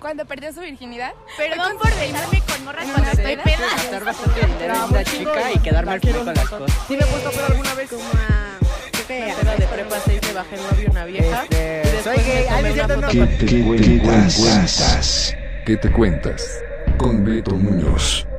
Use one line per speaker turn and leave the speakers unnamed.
cuando perdió su virginidad.
Perdón
Perdón
por besarme con morras cuando estoy
no,
peda.
Estar bastante dinero en una chica y quedarme al final con las cosas.
pues, Sí me he puesto pero alguna vez como a tercera de prepa 6 me bajé el novio una vieja.
Este,
y después
soy gay.
me
Ay, no
tomé
es cierto,
una
no.
foto
¿Qué
con-
te
¿Qué te
cuentas?
cuentas?
¿Qué te cuentas? Con Beto Muñoz.